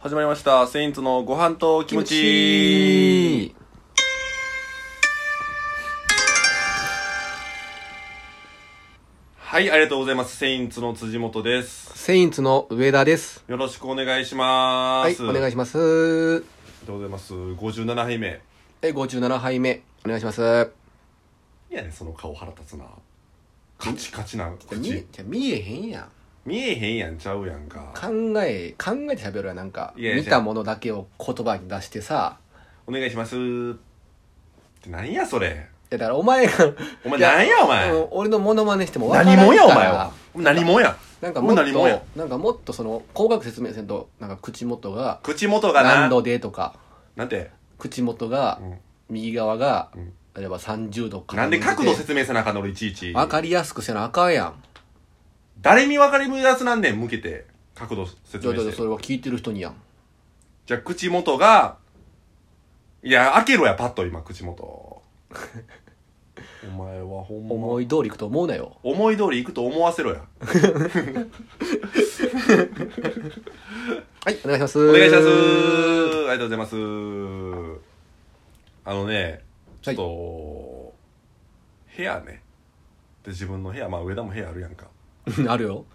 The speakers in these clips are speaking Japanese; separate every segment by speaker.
Speaker 1: 始まりました。セインツのご飯と気持ちいい。
Speaker 2: ちいい
Speaker 1: はい、ありがとうございます。セインツの辻元です。
Speaker 2: セインツの上田です。
Speaker 1: よろしくお願いしま
Speaker 2: はい、
Speaker 1: す。
Speaker 2: お願い
Speaker 1: します。
Speaker 2: し
Speaker 1: あり
Speaker 2: ます。
Speaker 1: がとうございます。57杯目。
Speaker 2: え、57杯目。お願いします。
Speaker 1: いやね、その顔腹立つな。カチカチな
Speaker 2: 見え
Speaker 1: 口。、
Speaker 2: じゃ見えへんやん。
Speaker 1: 見えへんやんちゃうやんか。
Speaker 2: 考え、考えて喋るやんなんか、
Speaker 1: いや
Speaker 2: 見たものだけを言葉に出してさ、
Speaker 1: お願いします。ってなんやそれ。
Speaker 2: いやだからお前が、
Speaker 1: お前なんやお前
Speaker 2: うん俺のモノマネしても分からん
Speaker 1: 何
Speaker 2: から
Speaker 1: もやお前は。何もや。
Speaker 2: なんかもっ
Speaker 1: お前何もや
Speaker 2: と、なんかもっとその、高額説明せんと、なんか口元が、
Speaker 1: 口元がな
Speaker 2: 何。度でとか、
Speaker 1: なんて。
Speaker 2: 口元が
Speaker 1: う、ん
Speaker 2: 右側が
Speaker 1: うん、
Speaker 2: 例えば30度
Speaker 1: なんで角度
Speaker 2: 説
Speaker 1: 説明せなあかんの俺いちいち。
Speaker 2: 分かりやすくせなあかんやん。
Speaker 1: 誰に分かりやすなんねん向けて角度
Speaker 2: じ
Speaker 1: 説
Speaker 2: ゃあ
Speaker 1: 明
Speaker 2: じゃ
Speaker 1: し
Speaker 2: あ
Speaker 1: て
Speaker 2: それは聞いてる人にやん。
Speaker 1: じゃあ口元がいや開けろやパッと今口 元お前はほんま
Speaker 2: 思
Speaker 1: 思い
Speaker 2: い通りいくと思うなよ。
Speaker 1: 通り行くと思わせろや
Speaker 2: はい、お願いします。
Speaker 1: お願いしますありがとうございますあのねちょっと、部屋ねで自分の部屋まあ上田も部屋あるやんか
Speaker 2: す。 あるよ。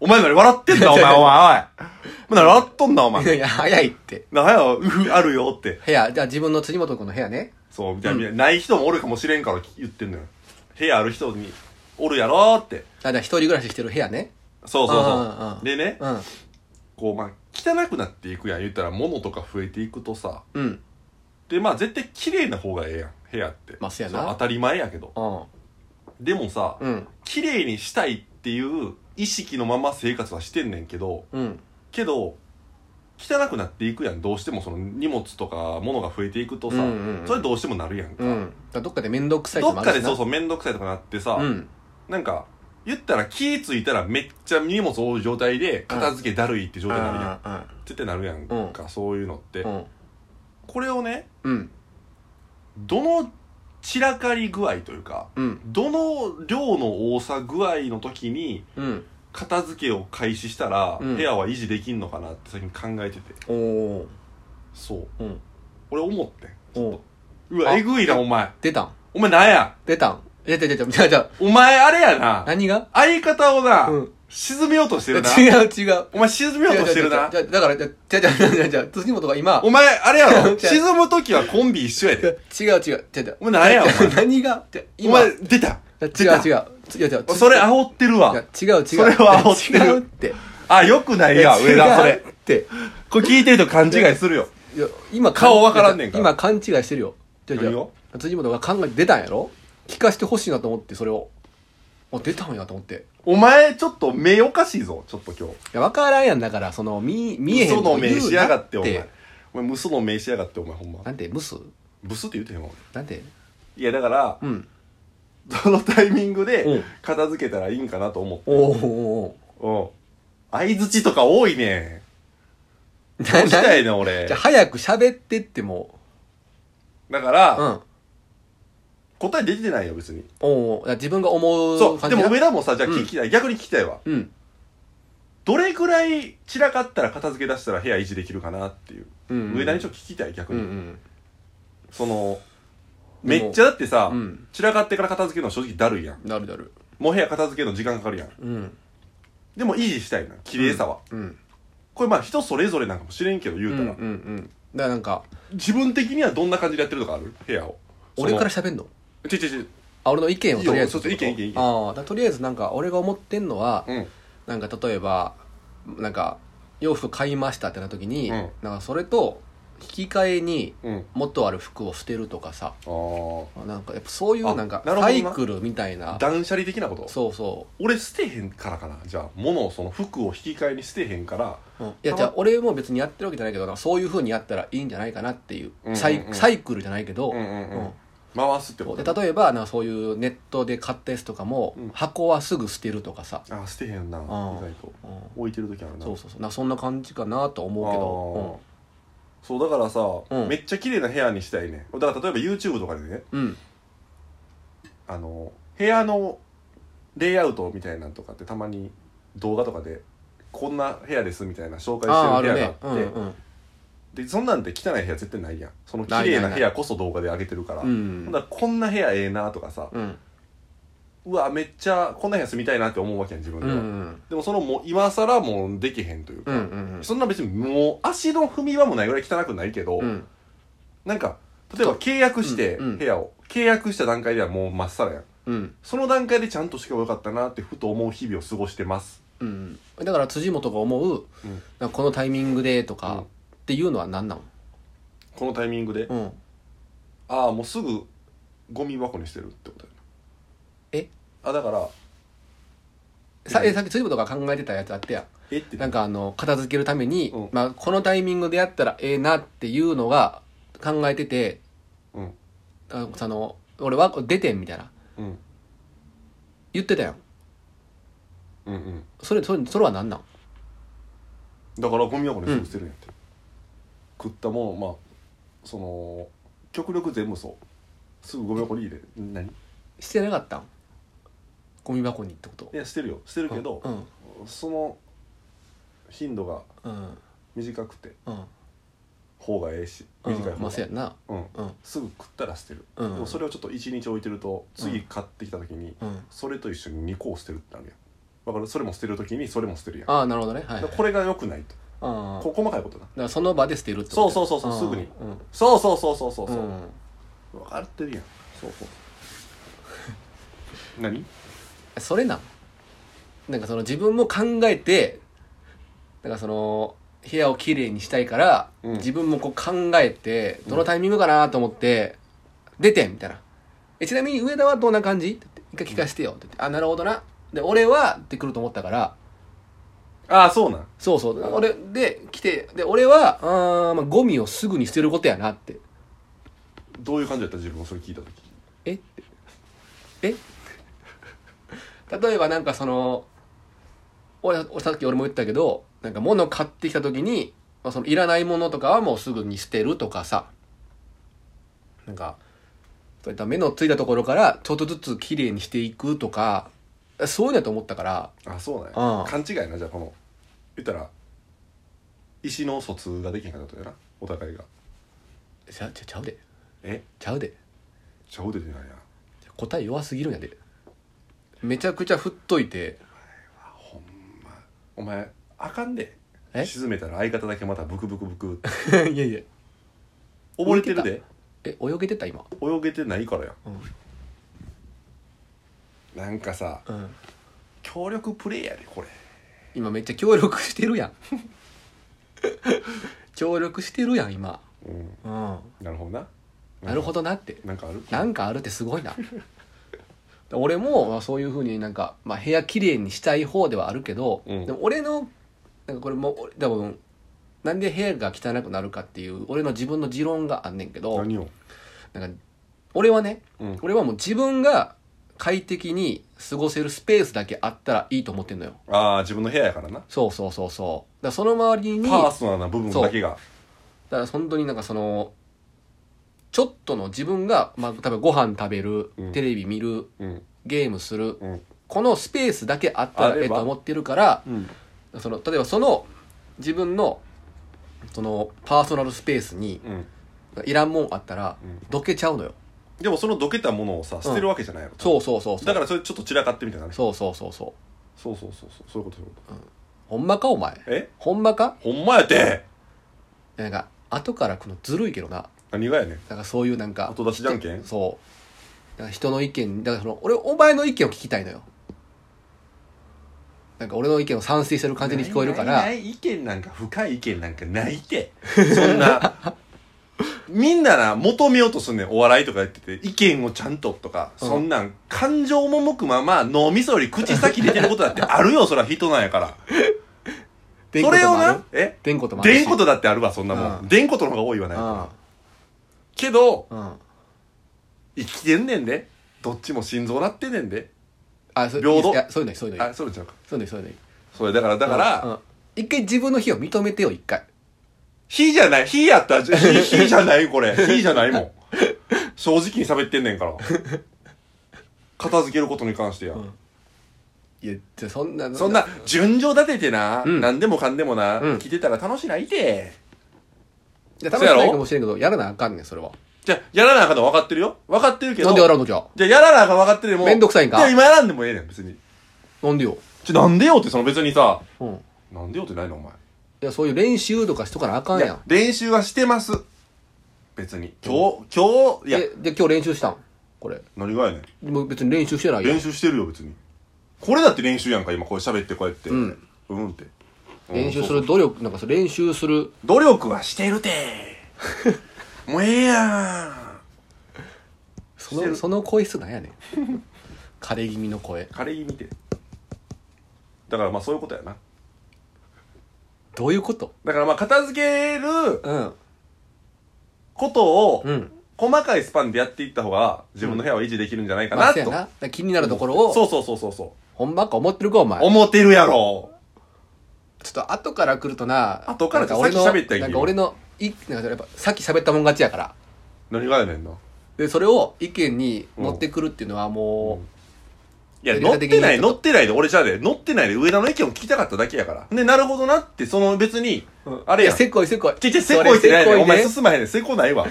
Speaker 1: お前何笑ってんだお前 お前おいお前何笑っとんだお前
Speaker 2: いや、早いって。
Speaker 1: なはようふあるよって
Speaker 2: 部屋、じゃあ自分の辻元君の部屋ね。
Speaker 1: そう、みたいな、ない人もおるかもしれんから言ってんのよ。部屋ある人に、おるやろーって。
Speaker 2: あ、じゃあ一人暮らししてる部屋ね。
Speaker 1: そうそう
Speaker 2: うんうん
Speaker 1: そうう。
Speaker 2: ん
Speaker 1: でね、
Speaker 2: うん。
Speaker 1: こう、まあ、汚くなっていくやん。言ったら、物とか増えていくとさ。
Speaker 2: うん。うん。
Speaker 1: で、まあ、絶対綺麗な方がええやん。部屋って。
Speaker 2: まあそうやな
Speaker 1: 当たり前やけど。でもさ、
Speaker 2: うん。
Speaker 1: 綺麗にしたいっていう意識のまま生活はしてんねんけど、
Speaker 2: うん。
Speaker 1: けど、汚くなっていくやん。どうしてもその荷物とか物が増えていくとさ、
Speaker 2: うんうんうん
Speaker 1: それどうしてもなるやんか。
Speaker 2: うん。だからどっかで面倒くさい
Speaker 1: ど
Speaker 2: とも
Speaker 1: っ
Speaker 2: あ
Speaker 1: か
Speaker 2: る
Speaker 1: で
Speaker 2: しな
Speaker 1: そうそう面倒くさいとかなってさ、
Speaker 2: うん。
Speaker 1: なんか、言ったら気ぃついたらめっちゃ荷物多い状態で、片付けだるいって状態になるやん。絶対なるやんか、そういうのって
Speaker 2: う。ん。
Speaker 1: これをね、
Speaker 2: うん。
Speaker 1: どの散らかり具合というか、
Speaker 2: うん。
Speaker 1: どの量の多さ具合の時に、
Speaker 2: うん。
Speaker 1: 片付けを開始したら、
Speaker 2: うん
Speaker 1: 部屋は維持できんのかなって最近考えてて。
Speaker 2: おー。
Speaker 1: そう。
Speaker 2: うん。
Speaker 1: 俺思ってん。
Speaker 2: おー。
Speaker 1: うわ、
Speaker 2: あ
Speaker 1: えぐいな、お前。
Speaker 2: 出たん
Speaker 1: お前なんや。
Speaker 2: 出たんえ、じゃじゃじゃじゃじゃ
Speaker 1: お前あれやな。
Speaker 2: 何が
Speaker 1: 相方をな、
Speaker 2: うん
Speaker 1: 沈めようとして
Speaker 2: 違う
Speaker 1: るな。
Speaker 2: 違う。
Speaker 1: お前沈めようとしてるな
Speaker 2: じ。ゃだから、じゃじゃじゃじゃじゃじゃ辻本が 今、
Speaker 1: お前、あれやろ
Speaker 2: 違う
Speaker 1: 沈むときはコンビ一緒や
Speaker 2: 違
Speaker 1: で。
Speaker 2: う違う。じゃじゃ
Speaker 1: お前 何や、お 前。
Speaker 2: 何がじゃ
Speaker 1: お
Speaker 2: 今、
Speaker 1: 前、出た。
Speaker 2: 違う
Speaker 1: 出た
Speaker 2: 違う。違う違う。
Speaker 1: それ煽ってるわ。
Speaker 2: いや違う違う。
Speaker 1: それは煽ってる
Speaker 2: 違うって。
Speaker 1: あ、よくない
Speaker 2: い
Speaker 1: や、上田、それ
Speaker 2: 違う。って。
Speaker 1: これ聞いてると勘違いするよ。
Speaker 2: いや、今、
Speaker 1: 顔わからんねんから
Speaker 2: 今、勘違いしてるよ。じゃじゃ
Speaker 1: 何を
Speaker 2: 辻本が考えて出たんやろ聞かしてほしいなと思って、それを。あ、出たんやと思って。い
Speaker 1: お前、ちょっと目おかしいぞ、ちょっと今
Speaker 2: や、わからんやんだから、その、見、見えへ
Speaker 1: 日。
Speaker 2: んと
Speaker 1: 嘘
Speaker 2: こ
Speaker 1: の目しやがって、お
Speaker 2: 言うな
Speaker 1: 前。お前、嘘の目しやがって、お前、ほんま。
Speaker 2: なんて、ブス
Speaker 1: ブスって言うてへんわ、俺
Speaker 2: なんて
Speaker 1: いや、だから
Speaker 2: う、ん。
Speaker 1: そのタイミング
Speaker 2: う
Speaker 1: で
Speaker 2: ん、
Speaker 1: 片付けたらいいんかなと思って。
Speaker 2: おお
Speaker 1: う
Speaker 2: お
Speaker 1: ん。相づちとか多いね。
Speaker 2: お
Speaker 1: どう したいねん、俺
Speaker 2: じゃ、。早く喋ってっても
Speaker 1: だか
Speaker 2: う。う
Speaker 1: ら、
Speaker 2: ん。
Speaker 1: 答え出てないよ、別に。
Speaker 2: おうおうだから自分が思う
Speaker 1: そ
Speaker 2: 感
Speaker 1: う。
Speaker 2: じ
Speaker 1: で
Speaker 2: な
Speaker 1: も上田もさ、じゃあ
Speaker 2: うん
Speaker 1: 聞きたい。逆に聞きたいわ。
Speaker 2: うん。
Speaker 1: どれぐらい散らかったら片付け出したら部屋維持できるかなっていう、
Speaker 2: うん
Speaker 1: 上田にちょっと聞きたい逆
Speaker 2: うん
Speaker 1: に、
Speaker 2: うん。
Speaker 1: そのめ
Speaker 2: でも
Speaker 1: っちゃだってさ、
Speaker 2: うん
Speaker 1: 散らかってから片付けるの正直だるいやん
Speaker 2: なるなる。
Speaker 1: もう部屋片付けるの時間かかるやん
Speaker 2: うん。
Speaker 1: でも維持したいな綺麗さは、
Speaker 2: うん。
Speaker 1: これまあ人それぞれなんかもしれんけど言う
Speaker 2: うん
Speaker 1: た
Speaker 2: うんう
Speaker 1: ら、
Speaker 2: ん。だからなんか、
Speaker 1: 自分的にはどんな感じでやってるとかある部屋を
Speaker 2: 俺から喋んの
Speaker 1: ちょちょちょ
Speaker 2: あ、俺の意見をとりあえず。
Speaker 1: いいよそうそう意見意見意見
Speaker 2: ああ、だからとりあえずなんか、俺が思ってんのは、
Speaker 1: うん
Speaker 2: なんか例えば、なんか、洋服買いましたってな時に、
Speaker 1: うん
Speaker 2: なんかそれと、引き換えに、
Speaker 1: うん
Speaker 2: 元ある服を捨てるとかさ、
Speaker 1: あ
Speaker 2: なんかやっぱそういう
Speaker 1: あ
Speaker 2: なんか、
Speaker 1: なるほどな
Speaker 2: サイクルみたいな
Speaker 1: あ、断捨離的なこと
Speaker 2: そうそ
Speaker 1: 俺捨てへんからかなじゃあ物をその服を引き換えに捨てへんから
Speaker 2: う。うんいや、じゃあ俺も別にやってるわけじゃないけど、なんかそういう風にやったらいいんじゃないかなっていう、
Speaker 1: うんうんうん
Speaker 2: サイサイクルじゃないけど、
Speaker 1: うんうんうん
Speaker 2: うん
Speaker 1: 回すってこ
Speaker 2: で
Speaker 1: と
Speaker 2: 例えばなんかそういうネットで買ったやつとかも、
Speaker 1: うん
Speaker 2: 箱はすぐ捨てるとかさ、
Speaker 1: あ捨てへんな意外と
Speaker 2: うん
Speaker 1: 置いてる時あるな
Speaker 2: そうそうそうなそんな感じかなと思うけど
Speaker 1: あーそうだからさ、
Speaker 2: うん
Speaker 1: めっちゃ綺麗な部屋にしたいねだから例えば YouTube とかでね
Speaker 2: うん
Speaker 1: あの部屋のレイアウトみたいなのとかってたまに動画とかでこんな部屋ですみたいな紹介して
Speaker 2: ああーあ
Speaker 1: る
Speaker 2: る
Speaker 1: 部屋があ
Speaker 2: ね
Speaker 1: って
Speaker 2: うんうん
Speaker 1: でそんなんて汚い部屋絶対ないやんその綺
Speaker 2: ないな
Speaker 1: 麗
Speaker 2: いな
Speaker 1: ない部屋こそ動画で上げてるから、
Speaker 2: う
Speaker 1: ほ
Speaker 2: ん
Speaker 1: んだらこんな部屋ええなとかさ、
Speaker 2: うん
Speaker 1: うわめっちゃこんな部屋住みたいなって思うわけやん自分
Speaker 2: う
Speaker 1: で
Speaker 2: んう
Speaker 1: は、
Speaker 2: ん
Speaker 1: でもそのもう今更もうできへんというか、
Speaker 2: うんうん
Speaker 1: そんな別にもう足の踏み場もないぐらい汚くないけど、
Speaker 2: うん
Speaker 1: なんか例えば契約して
Speaker 2: うんうん
Speaker 1: 部屋を、契約した段階ではもうまっさらやん
Speaker 2: うん
Speaker 1: その段階でちゃんとしてばよかったなってふと思う日々を過ごしてます
Speaker 2: うんだから辻元が思う、
Speaker 1: うん
Speaker 2: なんかこのタイミングでと
Speaker 1: うん
Speaker 2: かっていうのは何なの
Speaker 1: このタイミングで、
Speaker 2: うん
Speaker 1: ああもうすぐゴミ箱にしてるってことやな
Speaker 2: え
Speaker 1: あだから
Speaker 2: さえさっき辻本が考えてたやつあってや
Speaker 1: えって
Speaker 2: なんかあの片付けるために、
Speaker 1: うん
Speaker 2: まあ、このタイミングでやったらええなっていうのが考えてて
Speaker 1: うん
Speaker 2: あその俺は出てんみたいな
Speaker 1: うん
Speaker 2: 言ってたやん
Speaker 1: うんうん
Speaker 2: それそれそれは何なん
Speaker 1: だからゴミ箱にすぐ捨てるんやって、食ったもんまあその極力全部そうすぐゴミ箱に入れる何い
Speaker 2: してなかったんゴミ箱にってこと
Speaker 1: や捨てるよ捨てるけど
Speaker 2: う、ん
Speaker 1: その頻度が
Speaker 2: うん
Speaker 1: 短くて
Speaker 2: うん
Speaker 1: 方がええし
Speaker 2: うん
Speaker 1: 短い方が、
Speaker 2: まあそうやんな
Speaker 1: うん、
Speaker 2: うん
Speaker 1: すぐ食ったら捨てる、
Speaker 2: うん
Speaker 1: でもそれをちょっと1日置いてると次買ってきた時に、
Speaker 2: うん
Speaker 1: それと一緒に2個を捨てるってなるやんだからそれも捨てる時にそれも捨てるやん
Speaker 2: ああなるほどねはい、
Speaker 1: だ
Speaker 2: はい
Speaker 1: からこれが良くないと
Speaker 2: うん
Speaker 1: こ細かいことな
Speaker 2: だからその場で捨てるってこと
Speaker 1: そうそうそうそうんすぐに
Speaker 2: うん
Speaker 1: そうそうそうそうそう
Speaker 2: う
Speaker 1: そうん分かってるやん
Speaker 2: そうそう
Speaker 1: 何
Speaker 2: それなんなんかその自分も考えてなんかその部屋をきれいにしたいから、
Speaker 1: うん
Speaker 2: 自分もこう考えてどのタイミングかなと思って、出てみたいなえちなみに上田はどんな感じって言って一回聞かせてよって言って、あなるほどなで俺はって来ると思ったから
Speaker 1: ああそうなん
Speaker 2: そうそう俺で来てで俺はあー、まあ、ゴミをすぐに捨てることやなって
Speaker 1: どういう感じだった自分もそれ聞いた時
Speaker 2: えってえ例えばなんかその俺俺さっき俺も言ったけどなんか物買ってきた時に、まあ、そのいらないものとかはもうすぐに捨てるとかさなんかそういった目のついたところからちょっとずつ綺麗にしていくとかそういうのやと思ったから
Speaker 1: あそうなん
Speaker 2: あ
Speaker 1: や
Speaker 2: あ
Speaker 1: 勘違いなじゃあこの言ったら石の疎通ができへんかったとやなお互いが
Speaker 2: ちゃちゃちゃうで
Speaker 1: え
Speaker 2: ちゃうで
Speaker 1: ちゃうでてないやん
Speaker 2: 答え弱すぎるんやでめちゃくちゃ振っといて
Speaker 1: ほんまお前あかんで
Speaker 2: え
Speaker 1: 沈めたら相方だけまたブクブクブク
Speaker 2: いやいや
Speaker 1: 溺れてるで
Speaker 2: え泳げてた今
Speaker 1: 泳げてないからや
Speaker 2: うん
Speaker 1: んなんかさ
Speaker 2: うん
Speaker 1: 協力プレイやでこれ
Speaker 2: 今めっちゃ協力してる やん協力してるやん今
Speaker 1: うん
Speaker 2: うん
Speaker 1: なるほどな
Speaker 2: なるほどなって
Speaker 1: なんかある
Speaker 2: なんかあるってすごいな俺もまあそういうふうになんか、まあ、部屋きれいにしたい方ではあるけど、
Speaker 1: うん
Speaker 2: でも俺のなんかこれも俺多分なんで部屋が汚くなるかっていう俺の自分の持論があんねんけど
Speaker 1: 何を
Speaker 2: なんか俺はね
Speaker 1: うん
Speaker 2: 俺はもう自分が快適に過ごせるスペースだけあったらいいと思ってんのよ
Speaker 1: ああ自分の部屋やからな
Speaker 2: そうそうそうそうだからその周りに
Speaker 1: パーソナルな部分だけが
Speaker 2: だから本当になんかそのちょっとの自分が、まあ、多分ご飯食べる、
Speaker 1: うん
Speaker 2: テレビ見る
Speaker 1: うん
Speaker 2: ゲームする
Speaker 1: うん
Speaker 2: このスペースだけあった
Speaker 1: あ
Speaker 2: ら
Speaker 1: れば
Speaker 2: ええと思ってるから
Speaker 1: うん
Speaker 2: その例えばその自分のそのパーソナルスペースに
Speaker 1: うん
Speaker 2: いらんもんあったら
Speaker 1: うん
Speaker 2: どけちゃうのよ
Speaker 1: でもそのどけたものをさ捨てるわけじゃないの
Speaker 2: そうそうそうそう
Speaker 1: だからそれちょっと散らかってみたいなね
Speaker 2: そうそうそうそう
Speaker 1: そうそうそうそうそういうことそういうこと
Speaker 2: ほんまかお前
Speaker 1: え
Speaker 2: ほんまか
Speaker 1: ほんまやて
Speaker 2: なんか後から来るのずるいけどな
Speaker 1: 何がやねん
Speaker 2: なんかそういうなんか
Speaker 1: 後出しじゃんけん
Speaker 2: そうだから人の意見だからその俺お前の意見を聞きたいのよなんか俺の意見を賛成してる感じに聞こえるから
Speaker 1: ないない意見なんか深い意見なんかないってそんな みんなな求めようとすんねんお笑いとかやってて意見をちゃんととか、
Speaker 2: うん
Speaker 1: そんなん感情も向くまま脳みそより口先出てることだってあ るよそら人なんやから
Speaker 2: でん
Speaker 1: そ
Speaker 2: こと
Speaker 1: れを
Speaker 2: もある
Speaker 1: なえ
Speaker 2: でんこともあるし
Speaker 1: でんことだってあるわそんなもん、
Speaker 2: うん
Speaker 1: でんことの方が多いわない
Speaker 2: うん
Speaker 1: けど
Speaker 2: うん
Speaker 1: 生きてんねんでどっちも心臓なってんねんで
Speaker 2: あそ
Speaker 1: 平等
Speaker 2: いやそういうのいいそういうのいい
Speaker 1: あそうじゃんか
Speaker 2: そういうのいいそういうのいい
Speaker 1: それだからだから、
Speaker 2: うんうん一回自分の非を認めてよ一回
Speaker 1: 火じゃない、火やった ら、火火じゃないこれ。火じゃないもん。正直に喋ってんねんから。片付けることに関してや。
Speaker 2: んいやじゃあそんな
Speaker 1: そんな、順序立ててな、
Speaker 2: うん
Speaker 1: 何でもかんでもな、
Speaker 2: うん
Speaker 1: 来てたら楽しないて。
Speaker 2: いや、楽しくないかもしれんけど、やらなあかんねん、それは。
Speaker 1: じゃあやらなあかんの分かってるよ分かってるけど
Speaker 2: なんでやらんのじゃ
Speaker 1: じゃあやらなあかん分かってるよもう
Speaker 2: めんどくさいんか
Speaker 1: じゃあ今やらんでもええねん別に
Speaker 2: あ。なんでよ。
Speaker 1: ちょなんでよってその別にさ
Speaker 2: うん。い
Speaker 1: なんでよってないのお前
Speaker 2: や、そういう練習とかしとかなあかん
Speaker 1: い
Speaker 2: や
Speaker 1: や
Speaker 2: ん。
Speaker 1: 練習はしてます別に今日、今日いや
Speaker 2: で、で、今日練習したんこれ。
Speaker 1: 何がやねん
Speaker 2: でも別に練習してないやん
Speaker 1: 練。習してるよ別にこれだって練習やんか今こう喋ってこうやって
Speaker 2: うん
Speaker 1: うんってうん
Speaker 2: 練習す
Speaker 1: そう
Speaker 2: る努力、なんかそれ練習する。
Speaker 1: 努力はして るてもうええや
Speaker 2: そ
Speaker 1: して
Speaker 2: の、
Speaker 1: る
Speaker 2: その声質なんやねん。 枯れ気味の声
Speaker 1: ん。カレー見てだからまあそういうことやな
Speaker 2: どういうこと
Speaker 1: だからまあ片付ける
Speaker 2: うん。
Speaker 1: ことを
Speaker 2: うん。
Speaker 1: 細かいスパンでやっていった方が自分の部屋を維持できるんじゃないか
Speaker 2: ま
Speaker 1: な
Speaker 2: あ、そ
Speaker 1: と、
Speaker 2: やな。だから気になるところを、
Speaker 1: そうそうそうそうそ
Speaker 2: ほんまか思ってるか、お
Speaker 1: う
Speaker 2: 前。
Speaker 1: 思ってるやろ
Speaker 2: ちょっと後から来るとな、
Speaker 1: 後から
Speaker 2: なん俺の
Speaker 1: さっき喋ったやんけ
Speaker 2: なんか俺の、いなんかやっぱさっき喋ったもん勝ちやから。
Speaker 1: 何がやねんな
Speaker 2: で、それを意見に持ってくるっていうのはも
Speaker 1: いや、
Speaker 2: デー
Speaker 1: 乗っ
Speaker 2: タ的に
Speaker 1: てない、
Speaker 2: ちょっ
Speaker 1: 乗ってないで、俺じゃあで、乗ってないで、上田の意見を聞きたかっただけやから。で、なるほどなって、その別に、
Speaker 2: う、
Speaker 1: あれやん
Speaker 2: せっこいせっこい。
Speaker 1: ちっちゃい、せこいってない
Speaker 2: それ
Speaker 1: ねん。
Speaker 2: せっ
Speaker 1: お
Speaker 2: こいね
Speaker 1: 前進まへんねん。せこないわ。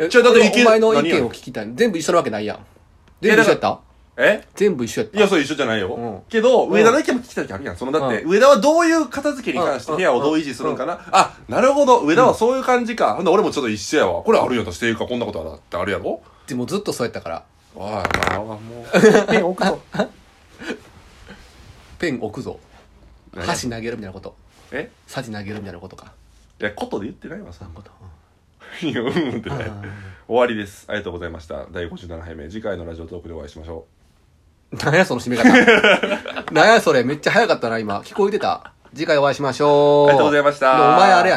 Speaker 2: え
Speaker 1: ちょだっていけ
Speaker 2: 俺
Speaker 1: る
Speaker 2: お前の意
Speaker 1: 何や
Speaker 2: 見を聞きたい。全部一緒なわけないやん。
Speaker 1: いや
Speaker 2: 全部一緒やった
Speaker 1: え
Speaker 2: 全部一緒やっ
Speaker 1: い
Speaker 2: た。
Speaker 1: や、それ一緒じゃないよ。
Speaker 2: うん
Speaker 1: けど、
Speaker 2: うん
Speaker 1: 上田の意見も聞きたい時あるやん。その、だって、
Speaker 2: う
Speaker 1: 上田はどういう片付けに関して部屋をどう維持するんかな。あ、なるほど。上田はそういう感じか。ほんで、俺もちょっと一緒やわ。これあるよと、していうか、こんなことあるってあるやろ
Speaker 2: でもずっとそうやったから、
Speaker 1: おい、まあ、もう、ペン置くぞ。
Speaker 2: ペン置くぞ。
Speaker 1: 何
Speaker 2: 箸投げるみたいなこと。
Speaker 1: え
Speaker 2: サジ投げるみたいなことか。
Speaker 1: いや、ことで言ってないわ、さ
Speaker 2: な。んこと。
Speaker 1: いや、うんうんって
Speaker 2: うん
Speaker 1: ない。終わりです。ありがとうございました。第57杯目、次回のラジオトークでお会いしましょう。
Speaker 2: なんやその締め方。なんやそれ、めっちゃ早かったな、今。聞こえてた。次回お会いしましょう。
Speaker 1: ありがとうございました
Speaker 2: でもお前あれやな